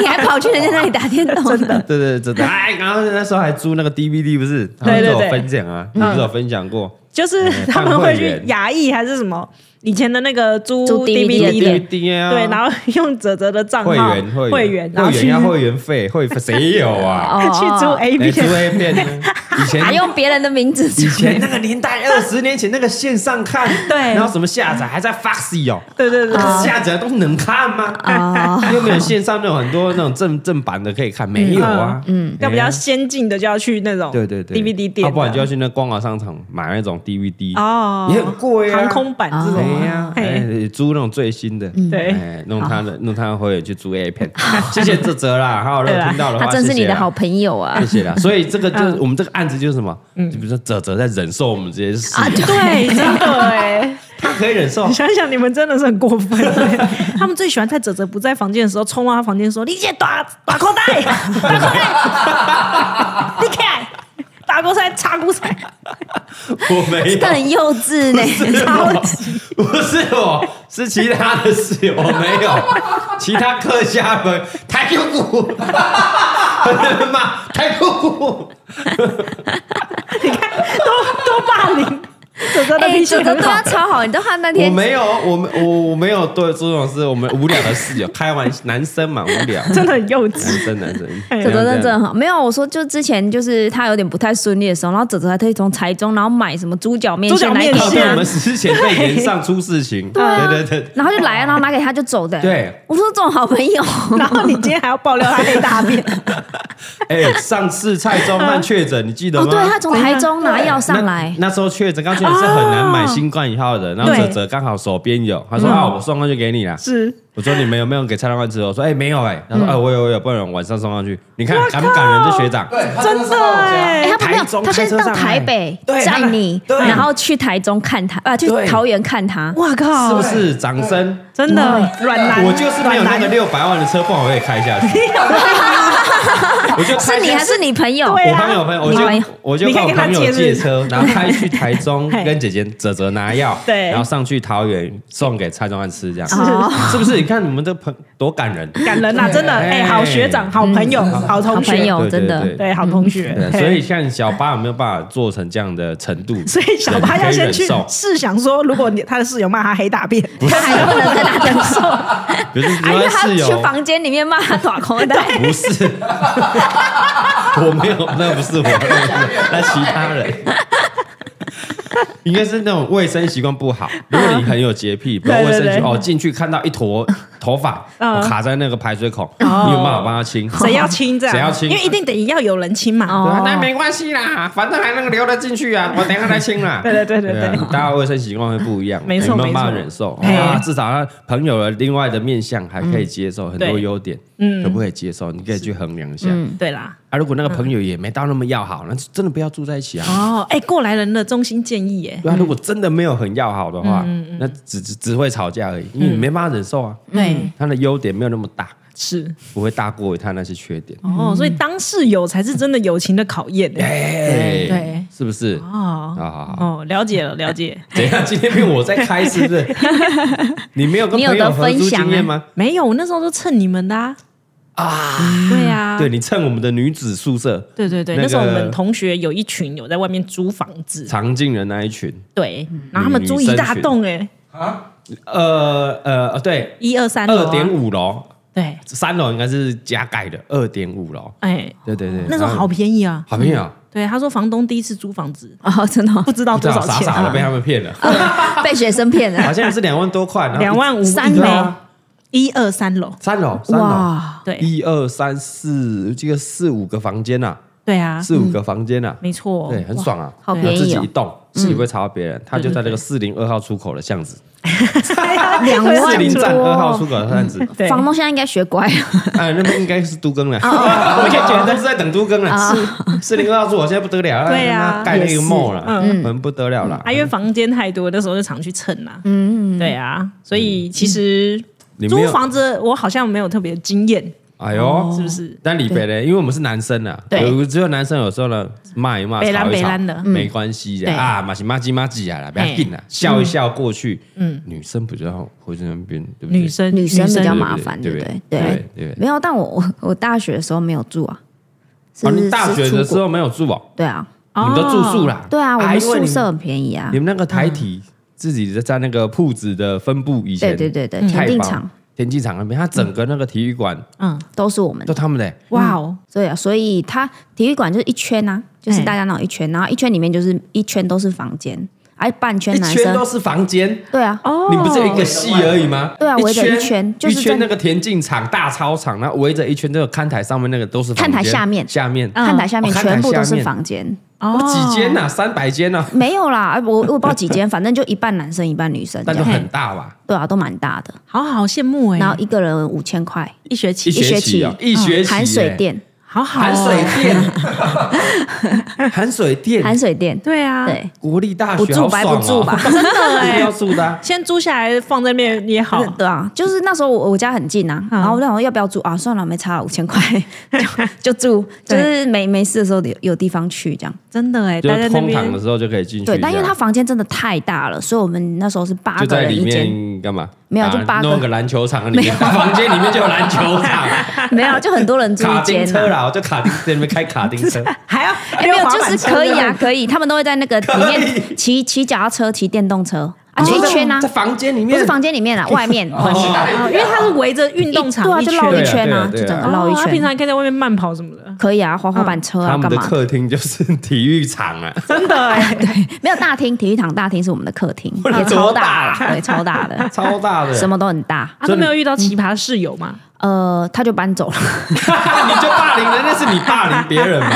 你还跑去人家那里打电 动，真的对对 对对，哎，然后那时候还租那个 DVD 不是？他们对对有对嗯分享啊，你不是有分享过？就是哎他们办会会去员雅艺还是什么以前的那个租租 DVD 的的店， DVD 啊，对，然后用泽泽的账号会员会会员员，然后去要会员费，会费谁有 啊？哦去租 A 哎，租片， A 片 呢，以前还用别人的名字以前出那个年代，二十年前那个线上看，对然后什么下载还在 Foxy 哦，对对对，啊下载的东西能看吗？啊哦，又没 有线上那种很多那种正正版的可以看，没有啊。嗯，要比较先进的就要去那种对对对 DVD 要店，啊不然就要去那光华商场买那种 DVD，哦，也很贵啊，航空版这哎种啊，呀，嘿嗯哎，租那种最新的，对哎，弄他的，弄他的会员去租 A 片， 谢谢这泽啦，好，如对啊果啦听到的话，他真是你谢谢的啦好朋友啊谢！谢啦。所以这个嗯就是我们这个案子就是什么，就比如说泽泽在忍受我们这些事，啊，对， 真的哎，他可以忍受 你，想想你们真的是很过 分，他们最喜欢在泽泽不在房间的时候冲到他房间说：“李姐打打口袋，打口袋，你起来，打口袋，插口袋。”我没有真的，很幼稚 呢，超级不是我，是其他的事，我没有，其他课下门抬屁股，骂抬屁股，多多霸凌。泽泽的哎，脾气整个很对好他，超好，你知道他那我天没有，我没我我没有对这种事，我们无聊的室友开玩笑，男生嘛无聊，真的很幼稚。哎男生男生，泽泽真的很好，没有我说就之前就是他有点不太顺利的时候，然后泽泽还特意从台中然后买什么猪脚面线来给猪哦，脚面对，线我他，们之前在岩上出事情，对啊对对，然后就来，啊然后拿给他就走的。对，我说这种好朋友，然后你今天还要爆料他黑大便，哎，上次蔡宗汉确诊，你记得哦，吗？对他从台中拿药上来，那。那时候确诊，刚确诊是很难买新冠一号的，然后哲哲刚好手边有，他说啊，我送上去给你啦。是我说你们有没有给蔡老板吃？我说哎没有哎，他说哎我有我有，不然我晚上送上去。你看感不感人？这学长，对，他真的是的到我家，哎哎，他朋友台中他开先车到上来台北对他载你，对然后去台中看他，啊，去对桃园看他。哇靠，是不是掌声？真的软男？我就是没有哎那个六百万的车，不然我也开下去。我就开是你还是你朋友？对我啊朋友朋友，我就你朋友我就你可以跟我跟他朋友借借是不车，然后开去台中嘿跟姐姐泽泽拿药，对然后上去桃园送给蔡宗汉吃，这样哦是不是？你看你们这朋多感人，感人呐，真的哎，哎好学长、好朋友、嗯好好同朋学，友对真的对对对，好同学嗯 对。嘿所以像小八有没有办法做成这样的程度？ 所以小对巴要可以先忍去 受试想说，如果你他的室友骂他黑大便，他还不能跟他忍受，比如还哎说是他室去友，房间里面骂他耍口袋？不是， 我没有，那不是我，那不是我那其他人。应该是那种卫生习惯不 好。如果你很有洁癖，比如卫生习对对对哦，进去看到一坨头发嗯哦卡在那个排水孔，你有办法帮他清？谁要亲这样？谁要亲因为一定得要有人亲嘛。对啊那哦，没关系啦，反正还能留得进去 啊，我等一下来清啦。对对对对对啊大家卫生习惯会不一样，没错你没有办法没错忍受嘿啊。至少他朋友的另外的面相还可以接受，很多对优点，嗯，可不可以接受？你可以去衡量一下。对啦，啊，如果那个朋友也没到那么要好，那就真的不要住在一起啊。嗯哦，哎，过来人的衷心建议耶。对啊，如果真的没有很要好的话，嗯那只只只会吵架而已，因为你没办法忍受啊。嗯对，他的优点没有那么大，是不会大过于他那些缺点。哦，所以当室友才是真的友情的考验耶。哎，对，是不是？哦好好好。哦，了解哎了，了解。等一下，今天变我在开，是 不是？你没有跟你有朋友得合分租享经验吗？没有，我那时候都蹭你们的啊。啊，对啊，对你蹭我们的女子宿舍对对对，那个那时候我们同学有一群有在外面租房子，常进人那一群，对，嗯然后他们租一大栋，哎，啊，呃呃，对，一二三楼二啊，点五楼，对，三楼应该是加盖的，二点五楼，哎，对对对，那时候然好后便宜啊。好便宜啊，对，他说房东第一次租房子，哦，真的哦不知道不知多道少傻钱傻的啊被，他们骗 了， 被学生骗好了，像是两万多块，然后两万五三一对楼，啊，一二三楼，三楼三楼，哇！对一二三四，这个四五个房间呐，对啊，四五个房间呐，没错，对，很爽啊，好我便宜哦自己一嗯栋，自己不会吵到别人，他就在那个四零二号出口的巷子，两万四零站多二号出口的巷子， 对，房东现在应该学乖了， 哎，那边应该是都更了，哦 我就觉得是在等都更了，是四零二号出口现在不得了，对啊他妈盖那个梦了，嗯很不得了哎了啊，，因为房间太多，那时候就常去蹭啦，嗯，对啊，所以其实你没租有房子我好像没有特别经验，哎呦，是不是？但李北嘞，因为我们是男生啊，对有只有男生有时候呢骂一骂，北兰吵一北吵兰的嗯没关系的对啊，马西马吉马吉啊啦，不要嘿紧啦，笑一笑过去。嗯，女生比较会在那边，对不对？女生女生比较麻对烦，对对不不对对？对对对没有，但我我我大学的时候没有住啊，是哦，不你是大学是出的国时候没有住哦，对啊，你们都住宿啦？对啊，我们因为宿你舍很便宜啊你，们那个台体自己在那个铺子的分布以前，嗯对对对对，太田径棒场田径场那边，它整个那个体育馆嗯，都是我们都他们的欸，哇哦，对啊，所以它体育馆就是一圈啊，就是哎大家那种一圈，然后一圈里面就是一圈都是房间，哎，半圈一男圈都生，是房间，对啊，哦你不是一个系而已吗？对啊围着一一圈就是一圈在那个田径场大操场，然后围着一圈这个看台上面那个都是房间看台下面嗯下面看台下面哦看台全部都下是面房间，哦哇嗯几间呐，三百间啊呐，没有啦，哎我我 不知道几间，反正就一半男生一半女生这但都样，很大吧？对啊，都蛮大的，好好羡慕哎，然后一个人五千块，一学一期学期哦，一学期嗯含水欸，电，好好含哦水电，含水嗯含电，水电，对啊，对，国立大不学住好白爽不哦住吧， 真的 一定哎要，住的啊。先租下来放在那边也好，对啊，就是那时候我我家很近啊，嗯然后我就想说要不要住啊？算了，没差五千块 就就住，就对是没没事的时候有有地方去这样。真的哎，就待在那空堂的欸边时候就可以进去一下。对，但因为他房间真的太大了，所以我们那时候是八就个在人里一间，面干嘛？没有就打八个弄个篮球场，里面房间里面就有篮球 场，没有就很多人住一卡丁间车啊。啦，我就卡丁在里面开卡丁 车，还要哎没有，还要滑就板是车可以对啊，不对可以，他们都会在那个里面骑骑脚踏车、骑电动车啊，就一圈啊哦在，房间里不面是房间里面啊，外面很一大哦因为它是围着运动场对啊，一就圈绕一圈对啊啊，就对啊整个哦绕一他平圈，常可以在外面慢跑什么的，可以啊，滑滑板车啊，他们干的嘛的？客厅就是体育场 啊，真的哎，没有大厅，体育场大厅是我们的客 厅，也超大啊了，对，超大的，超大的，什么都很大。他都没有遇到奇葩室友嘛？呃，他就搬走 了， 你就霸凌人，那是你霸凌别人嘛，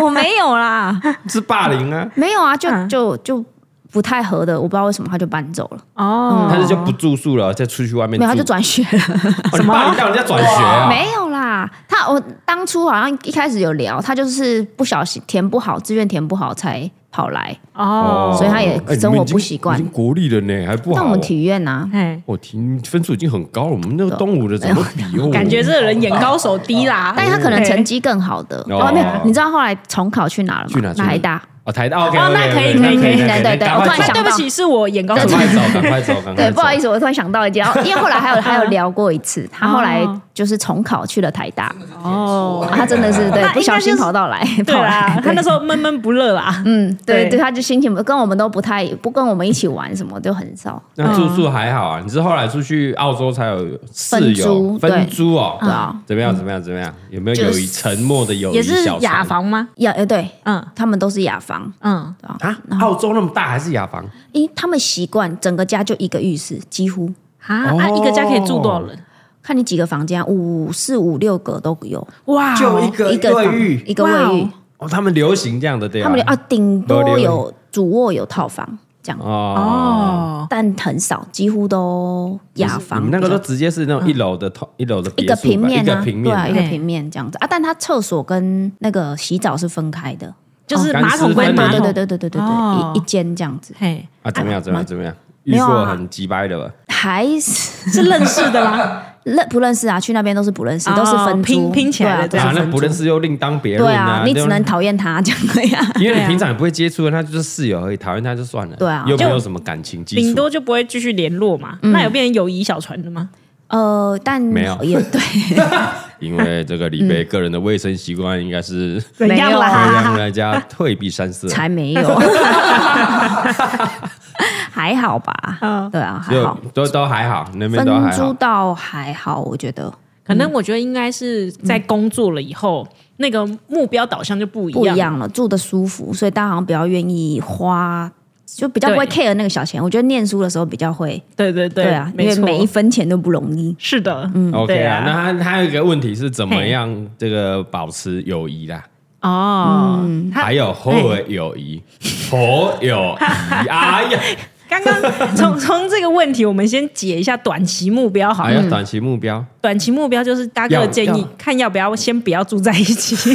我哦没有啦，是霸凌啊， 没有啊，就嗯就就不太合的，我不知道为什么他就搬走了，哦但是就不住宿了，再出去外面没住，有他就转学了，哦你霸凌到人家转学啊，没有啦，他我当初好像一开始有聊，他就是不小心填不好，志愿填不好才跑来，哦，所以他也哎生你们活已经不习惯已经国立了呢，还不好哦，但我们体院啊呐、哎，我听分数已经很高了，我们那个东吴的怎么比哦？感觉这个人眼高手低啦，但他可能成绩更好的，哦哦，没有，你知道后来重考去哪了吗？去哪去哪台大，哦，台大 OK，哦那可以可以可以对对对我突然那想哦对到不起，是我眼高赶手低快。 走，赶快走，赶快对，不好意思，思，我突然想到一件， 然后因为后来还有还有聊过一次，他后来哦就是重考去了台大，哦他真的 是对那应该不小心就是跑到来， 对跑来啦，，他那时候候闷闷不乐啦。 嗯，对对对，他就心情不跟我们都不太不跟我们一起玩什么，就很少。那住宿还好啊，你是后来出去澳洲才有室友分租分租哦，对啊怎么样？怎么样？怎么样？有没有就友是谊沉默的友谊？小船吗？雅呃对，嗯他们都是雅房，嗯，对吧？啊，澳洲那么大还是雅房？因为他们习惯整个家就一个浴室，几乎啊啊，哦一个家可以住多少人？看你几个房间啊，五四五六个都有，哇就哦一个哦一个卫房浴一个卫浴哇，哦，他们流行这样的对吧？他们啊顶都多留有主卧有套房这样，哦。哦，但很少，几乎都雅你房们比较多。那个都直接是那种一楼的套，一楼的一别个墅平吧，面一个啊，平对面啊，的一个对平面这样子啊，但它厕所跟那个洗澡是分开的，就是哦马桶干归湿马分对离桶对，对对对对哦对，一一间这样子，嘿，啊？怎么样？怎么样？怎么样？遇没有啊过很鸡掰的吧？还是是认识的吗？ 认不认识啊？去那边都是不认识，哦都是分租拼拼起来的对这啊啊，都是那分租不认识又另当别论对啊，你那只种能讨厌他这样对呀。 因为你平常也不会接触的，他就是室友而已，讨厌他就算了，对啊又没有就什么感情基顶础多。就不会继续联络嘛。那有变成友谊小船的吗？呃，但没有也 对，因为这个李贝个人的卫生习惯应该是怎样没有会啊啦？让人家退避三舍，才没 有，还好吧？嗯对啊，还就好，都都还好，那边都分还租好。到还好，我觉得可嗯能我觉得应该是在工作了以后，那个目标导向就不一不一样。样了，住的舒服，所以大家好像比较愿意花，就比较不会对 care 那个小钱。我觉得念书的时候比较会，对对对对啊，因没为错，每一嗯分钱都不容易。是的， OK 对啊啊，那他还有一个问题是怎么样这个保持友谊啦？哦，嗯他还有何为友谊？何 友谊？哎呀，刚刚从从这个问题，我们先解一下短期目标好还了。有短期目标，短期目标就是大哥哎要的建议要，看要不要先不要住在 一起，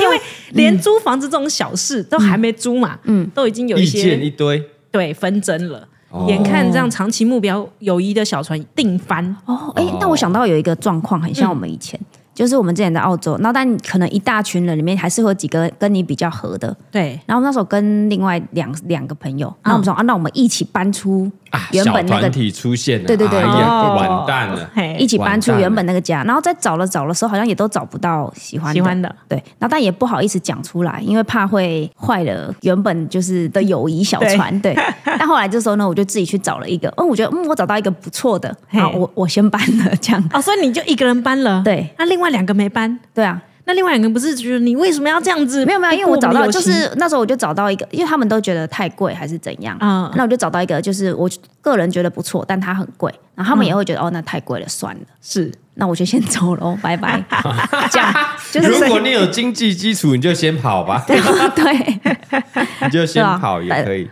因嗯为连租房子这种小事都还没租嘛，嗯，都已经有一意见哦些一堆。对纷争了。眼看这样长期目标，友谊的小船定翻，哦，哎、嗯哦但我想到有一个状况很像我们以前，就是我们之前在澳洲，然后但可能一大群人里面还是会有几个跟你比较合的。对，然后那时候跟另外两两个朋友，那我们说、啊，那我们一起搬出啊，原小本那个团体出现了，对对对哎呀，哦完蛋了，嘿一起搬出完蛋了原本那个家，然后再找了找的时候，好像也都找不到喜欢喜欢的，对，然后但也不好意思讲出来，因为怕会坏了原本就是的友谊小船， 对。但后来这时候呢，我就自己去找了一个，嗯，我觉得嗯，我找到一个不错的，嘿好，我我先搬了，这样， 哦，所以你就一个人搬了，对，那另外两个没搬，对啊，那另外两个不是觉得你为什么要这样子？没有没有，因为我不找们到游戏就是那时候我就找到一个，因为他们都觉得太贵还是怎样，嗯那我就找到一个，就是我个人觉得不错，但它很贵，然后他们也会觉得、哦，那太贵了，算了，嗯是那我就先走喽，拜拜， 这样就是如果你有经济基础，你就先跑吧， 对。你就先对啊跑也可以。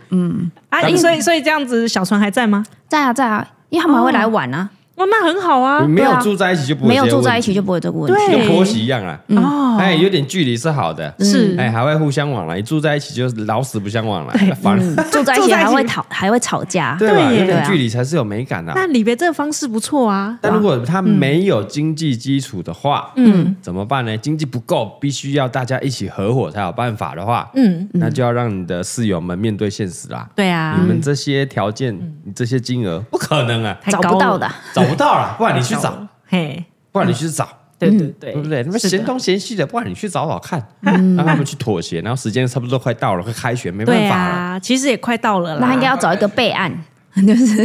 啊，所以所以这样子小船还在吗？在啊，在啊，因为他们还会来玩啊，哇，那很好啊，没有对啊住在一起就不会没有这个住在问一题起就嗯不会有这个问题。对跟婆媳一样啊。哦，哎，有点距离是好的，嗯是哎，还会互相往来，住在一起就老死不相往来，反嗯，住在一住起在一还起会吵，还会吵架。 对吧？对耶有点对啊啊距离才是有美感的。那李别这个方式不错啊，但如果他没有经济基础的话，嗯，怎么办呢？经济不够，必须要大家一起合伙才有办法的话，嗯，那就要让你的室友们面对现实啦。对啊你们这些条件，嗯你这些金额不可能啊，太找高不到了的，找不到啊啦，不然你去找，嘿，不然你去找，对对嗯对，嗯对不对？那么是的嫌东嫌西的，不然你去找找看，让他们去妥协。然后时间差不多快到了，快开学，没办对法了。啊，其实也快到了啦，那他应该要找一个备案，就是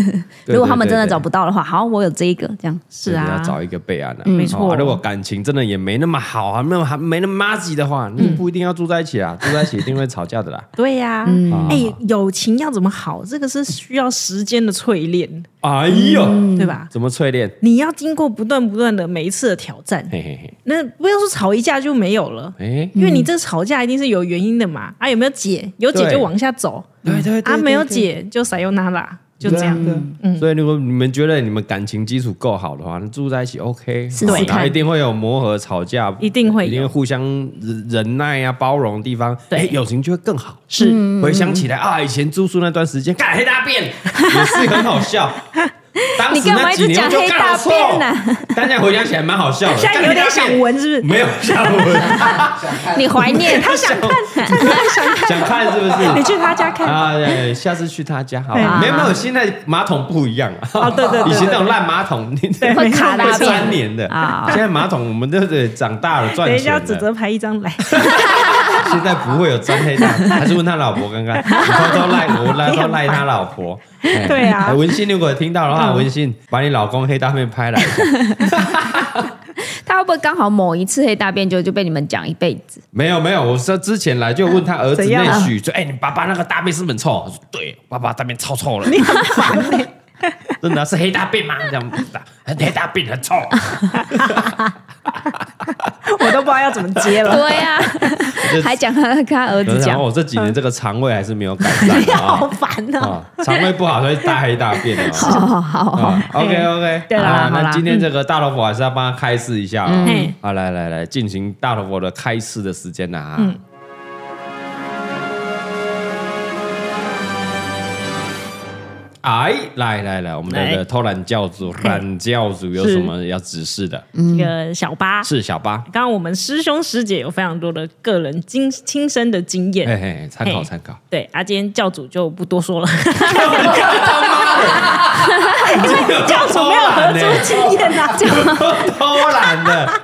对如果他们对真的对找不到的话，好，我有这一个这样。是所以啊要，找一个备案的、啊，没错哦啊如果感情真的也没那么好啊，没那么还没那么妈吉的话，你不一定要住在一起啊，住在一起一定会吵架的 啦。对呀，嗯啊哎，友情要怎么好？这个是需要时间的淬炼，哎呦，嗯对吧？怎么淬炼？你要经过不断不断的每一次的挑战，嘿嘿嘿，那不要说吵一架就没有了。哎、因为你这吵架一定是有原因的嘛，啊有没有解？有解对就往下走，对对对啊没有解就撒 a 那拉，就这样。嗯，所以如果你们觉得你们感情基础够好的话，那住在一起 OK，试试哦看然后一定会有磨合、吵架，一定会有一定会互相忍忍耐啊、包容的地方，对哎友情就会更好。是回想起来啊，以前住宿那段时间干黑大 便也是很好笑。当时你干啊那嘛一几直年讲我就黑干大好臭 便啊？大家回想起来蛮好笑的。 现在有点想闻，哎是 不没有想 闻，你怀 念他想想看是不是？是？你去他家看，啊，对下次去他家好对吧啊？没有没有，现在马桶不一样啊。哦对对对以前那种烂马桶，你对会卡大会粘便连的啊现在马桶我们都得长大了赚等一下钱指了，责牌一张来， 现在不会有沾黑的，还是问他老婆看看，你偷偷赖我，赖偷赖他老婆。哎 对啊嗯哎文心如果听到的话，文心把你老公黑大便拍来 一下，他会不会刚好某一次黑大便就就被你们讲一辈 子？没有没有，我说之前来就问他儿子 怎样内啊许，说：“哎、你爸爸那个大便是不是很臭？”我说：“对，爸爸大便超臭 了。” 真的啊是黑大便吗？这样不知道很黑大便很臭。我都不知道要怎么接了。对啊呀，还讲他跟他儿我子想讲我、，哦、这几年这个肠胃还是没有改善嗯 好啊烦啊！啊，肠胃不好所以大黑大便 的好啊。哦好好，啊，OK OK，对啦好那啦今天这个大头佛还是要帮他开示一下啊嗯。好，来来来，进行大头佛的开示的时间了啊。哎，来来来，我们来的偷懒教主、懒教主有什么要指示的？这个小八，嗯是小八，刚刚我们师兄师姐有非常多的个人经亲身的经嘿验，嘿，参考嗯嘿参考。对啊，今天教主就不多说了， 教主没有合租经验 啊，偷懒的，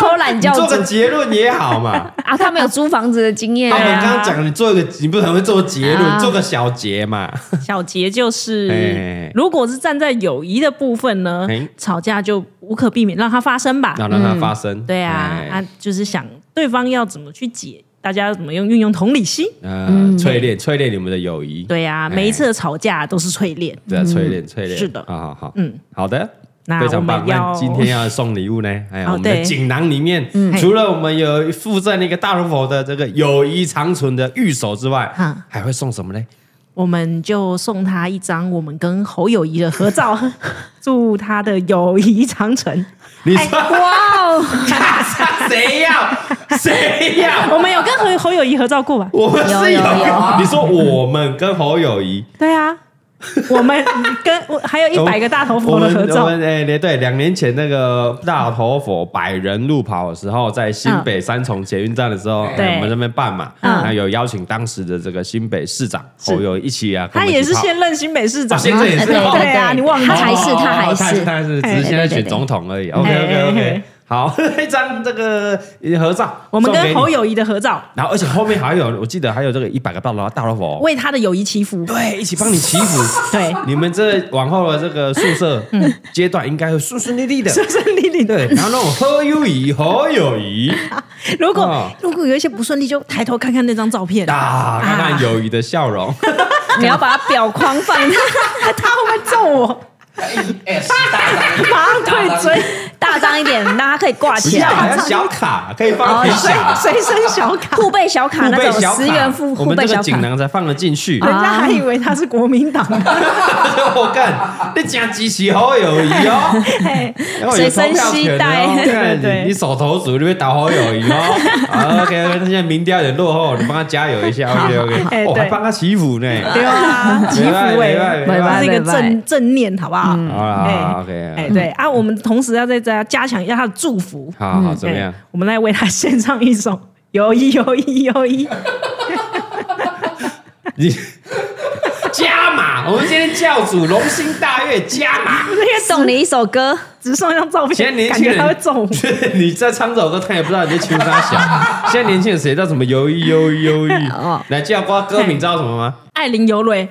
偷懒教做主个结论也好嘛。啊，他没有租房子的经验他们啊，刚刚讲，你做一个，你不可能会做结论，啊做个小结嘛。小结就是哎，如果是站在友谊的部分呢哎，啊吵架就无可避免，让它发生吧。然后让它发生。对啊，哎啊，就是想对方要怎么去解，大家要怎么用运用同理心。呃，淬炼淬炼你们的友谊。嗯对啊，哎每一次的吵架都是淬炼。对啊，淬炼淬炼。是的好好好，嗯嗯，好的。那非常棒！我们那要今天要送礼物呢？哎呀，哦我们的对嗯锦囊里面，除了我们有附赠那个大头佛的这个友谊长存的玉手之外嗯，还会送什么呢？我们就送他一张我们跟侯友谊的合照， 祝他的友谊长存。你哎说哇哦， 谁要谁要？我们有跟侯侯友谊合照过吧？我们是有有有你说我们跟侯友谊，对啊，我们跟我还有一百个大头佛的合我照们，我们哎，对对，两年前那个大头佛百人路跑的时候，在新北三重捷运站的时候，哎嗯对我们那边办嘛，嗯那有邀请当时的这个新北市长，是哦，有一起啊，跟他我们也一起是跑现任新北市啊长现啊，在也是对哦对啊你忘了他还是哦他还哦他是他是哎只是现在对对选对总统而已。OK 哎 OK 哎哎 OK，好， 一张这个合照，我们送给跟你侯友谊的合照，然后而且后面还有，我记得还有这个一百个大老大老佛，为他的友谊祈福。对，一起帮你祈福。对，你们这往后的这个宿舍阶段应该会顺顺利利的。顺顺利利的。对，然后那种喝友谊，好友谊如果、哦如果有一些不顺利，就抬头看看那张照片啊，看看友谊的笑容。你要把它表框 放他会不会揍我？哎，十大 张，马上退追，大张一点，让它可以挂不 起要，还来要。小卡，可以放很随小。随身小卡。护背小卡护啊那背种小卡，哦十元付我护们背这小个锦卡，囊才放得进去。 啊人家还以为他是国民党，我干，你讲极其好友谊哦，然后有投票权随身携哦带对对对你手头足，你会打好友谊哦。好 OK，那现在民调有点落后，你帮他加油一下。OK 哎 OK，我对还帮他祈福呢。对啊，祈福没办哎，法没办法嗯这是一个正正念，好不好？好啦哎好啦，OK，哎，对啊，我们同时要在这加强一下他的祝福。好好怎么样哎？？我们来为他献上一首《友 谊，友谊，友谊》。你加码，我们今天教主荣兴大悦加码。 送你一首歌，只送一张照现在片，年感轻觉人他会揍 我。你在唱这首歌，他也不知道你在求他小。现在年轻人谁知道什么犹豫、犹豫、犹豫哦？来，叫瓜歌名知道什么吗？艾琳 尤蕊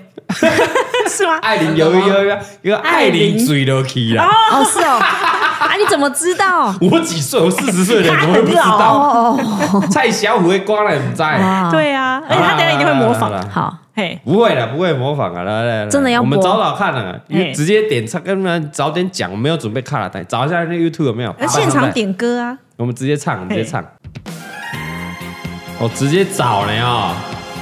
是吗？艾琳犹豫、犹豫，一个啊艾琳追了 k 啦。哦是哦，啊你怎么知道？我几岁？我四十岁了，怎么会不知道？哦 蔡小虎会刮了，你在？哦，，对啊，而且他等一下一定会模好啦仿。好啦好，嘿，不会了，不会模仿啊！来来来，真的要我们播找找看啊，哎直接点唱，跟他们早点讲，我没有准备卡拉带，找一下那 YouTube 有没有？那现场点歌啊，我们直接唱，直接唱。哦，直接找了哦，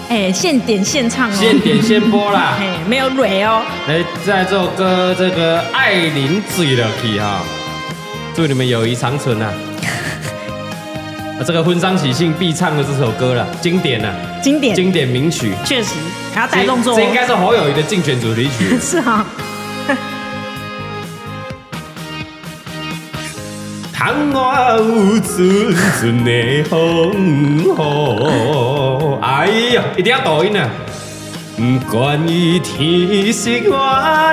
哎，现点现唱哦。现点现播啦。哎，没有蕊哦。来，在这首歌这个艾琳醉了去哈，祝你们友谊长 存啊！啊，这个婚丧喜庆必唱的这首歌了，经典啊，经典，经典名曲，确实还要带动作哦。这。应该是侯友谊的竞选主题曲是 啊，倘我有阵阵的风雨，哎呀，一定要抖音啊！不管伊天色偌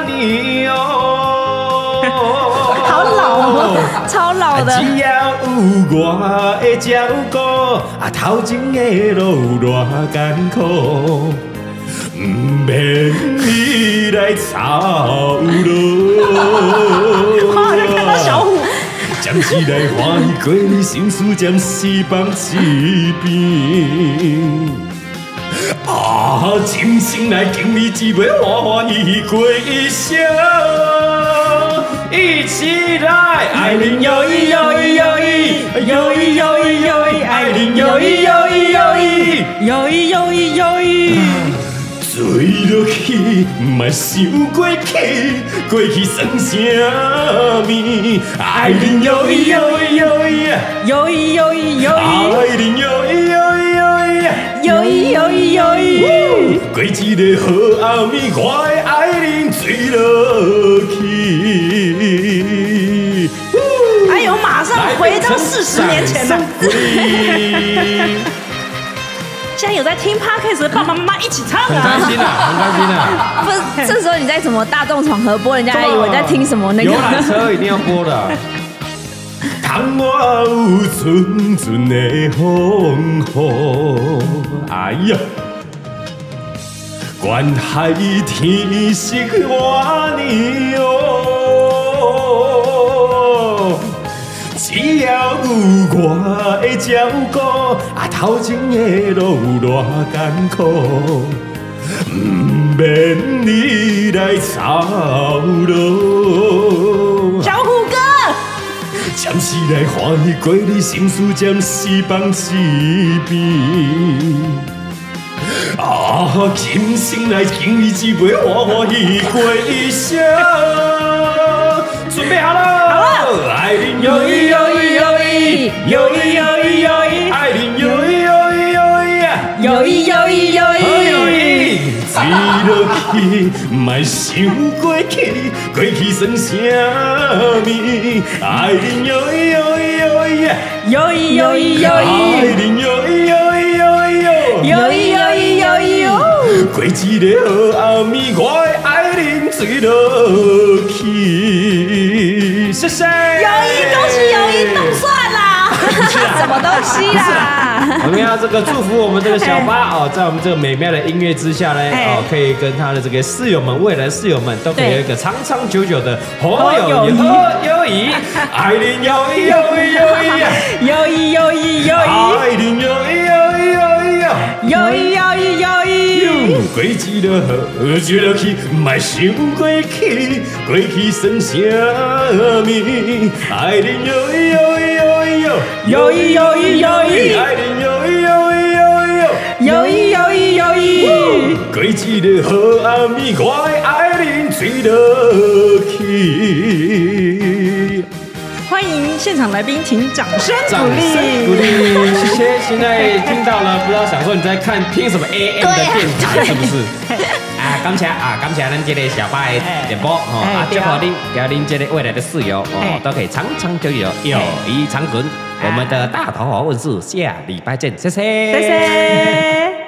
亮，好老 哦，超老的，哦只要有我的照顾，啊，头前的路偌艰苦，不免你来操劳。哇，就看到小虎，暂时来欢喜过你心思，暂时放一边。啊，真心来敬你一杯，欢欢喜喜过一生。一起来，爱人友谊，友谊，友谊，友谊，友谊，友谊，爱人友谊，友谊，友谊。友谊，友谊，友谊。醉落去，莫想过去，过去算啥物？爱人哟咿哟咿哟咿，友谊，友谊，友爱人哟咿哟咿哟谊，友谊，友谊，友谊。咿，过一个好暗暝，我的爱人醉落去。哎呦，马上回到四十年前了。现在有在听 podcast 的爸爸妈妈一起唱 很啊开。心啊，很开心啊！不是，这时候你在什么大众场合播，人家还以为你在听什么那游 览个。车一定要播的。 倘我有阵阵的风雨，哎呀，管海天色偌亮，只要有我的照顾，啊，头前的路偌艰苦。不免你来操劳，小虎哥，暂时来欢喜过你心思，暂时放一边。啊，今生来敬你一杯，欢欢喜喜过一生。准备好了，好了，爱人友谊，友谊，友谊，友谊，友谊，友谊，爱人友谊，友谊，友谊，友谊，友谊，友好友谊。谊，走醉落去，莫想过去，过去算啥物？爱人哟咿哟咿哟咿呀，有一有一有爱一人哟咿哟咿哟咿哟，有一有一有一哦，过一个好暗暝，我的爱人醉落去。谢谢。恭喜有一弄算啦，什么东 西啦？我们要这个祝福我们这个小 八哦，在我们这个美妙的音乐之下呢，哎哦，可以跟他的这个室友们、未来室友们都可以对有一个长长久久的好友好谊、友谊好友 谊，爱人友谊、友谊、友谊，有一有一有爱人友谊、友谊、友谊啊。一有一有一有一，有过一落好，就落去，莫想过去，过去算啥物？爱人哟咿哟咿哟咿哟，有一有一有一爱人哟咿哟咿哟咿哟。有一有一有嗯一，过一个好暗暝，我的爱人醉落去。欢迎现场来宾，请掌声掌鼓声鼓励。励，谢谢。现在听到了，不知道想说你在看听什么 AM 的电台是不是？啊，感谢啊，感谢咱这个小白点播哦，哎啊，祝对福啊恁和恁这个未来的室友哦哎，都可以长长久久，友哦谊长存。我们的大头佛问世，下礼拜见，谢谢，谢谢。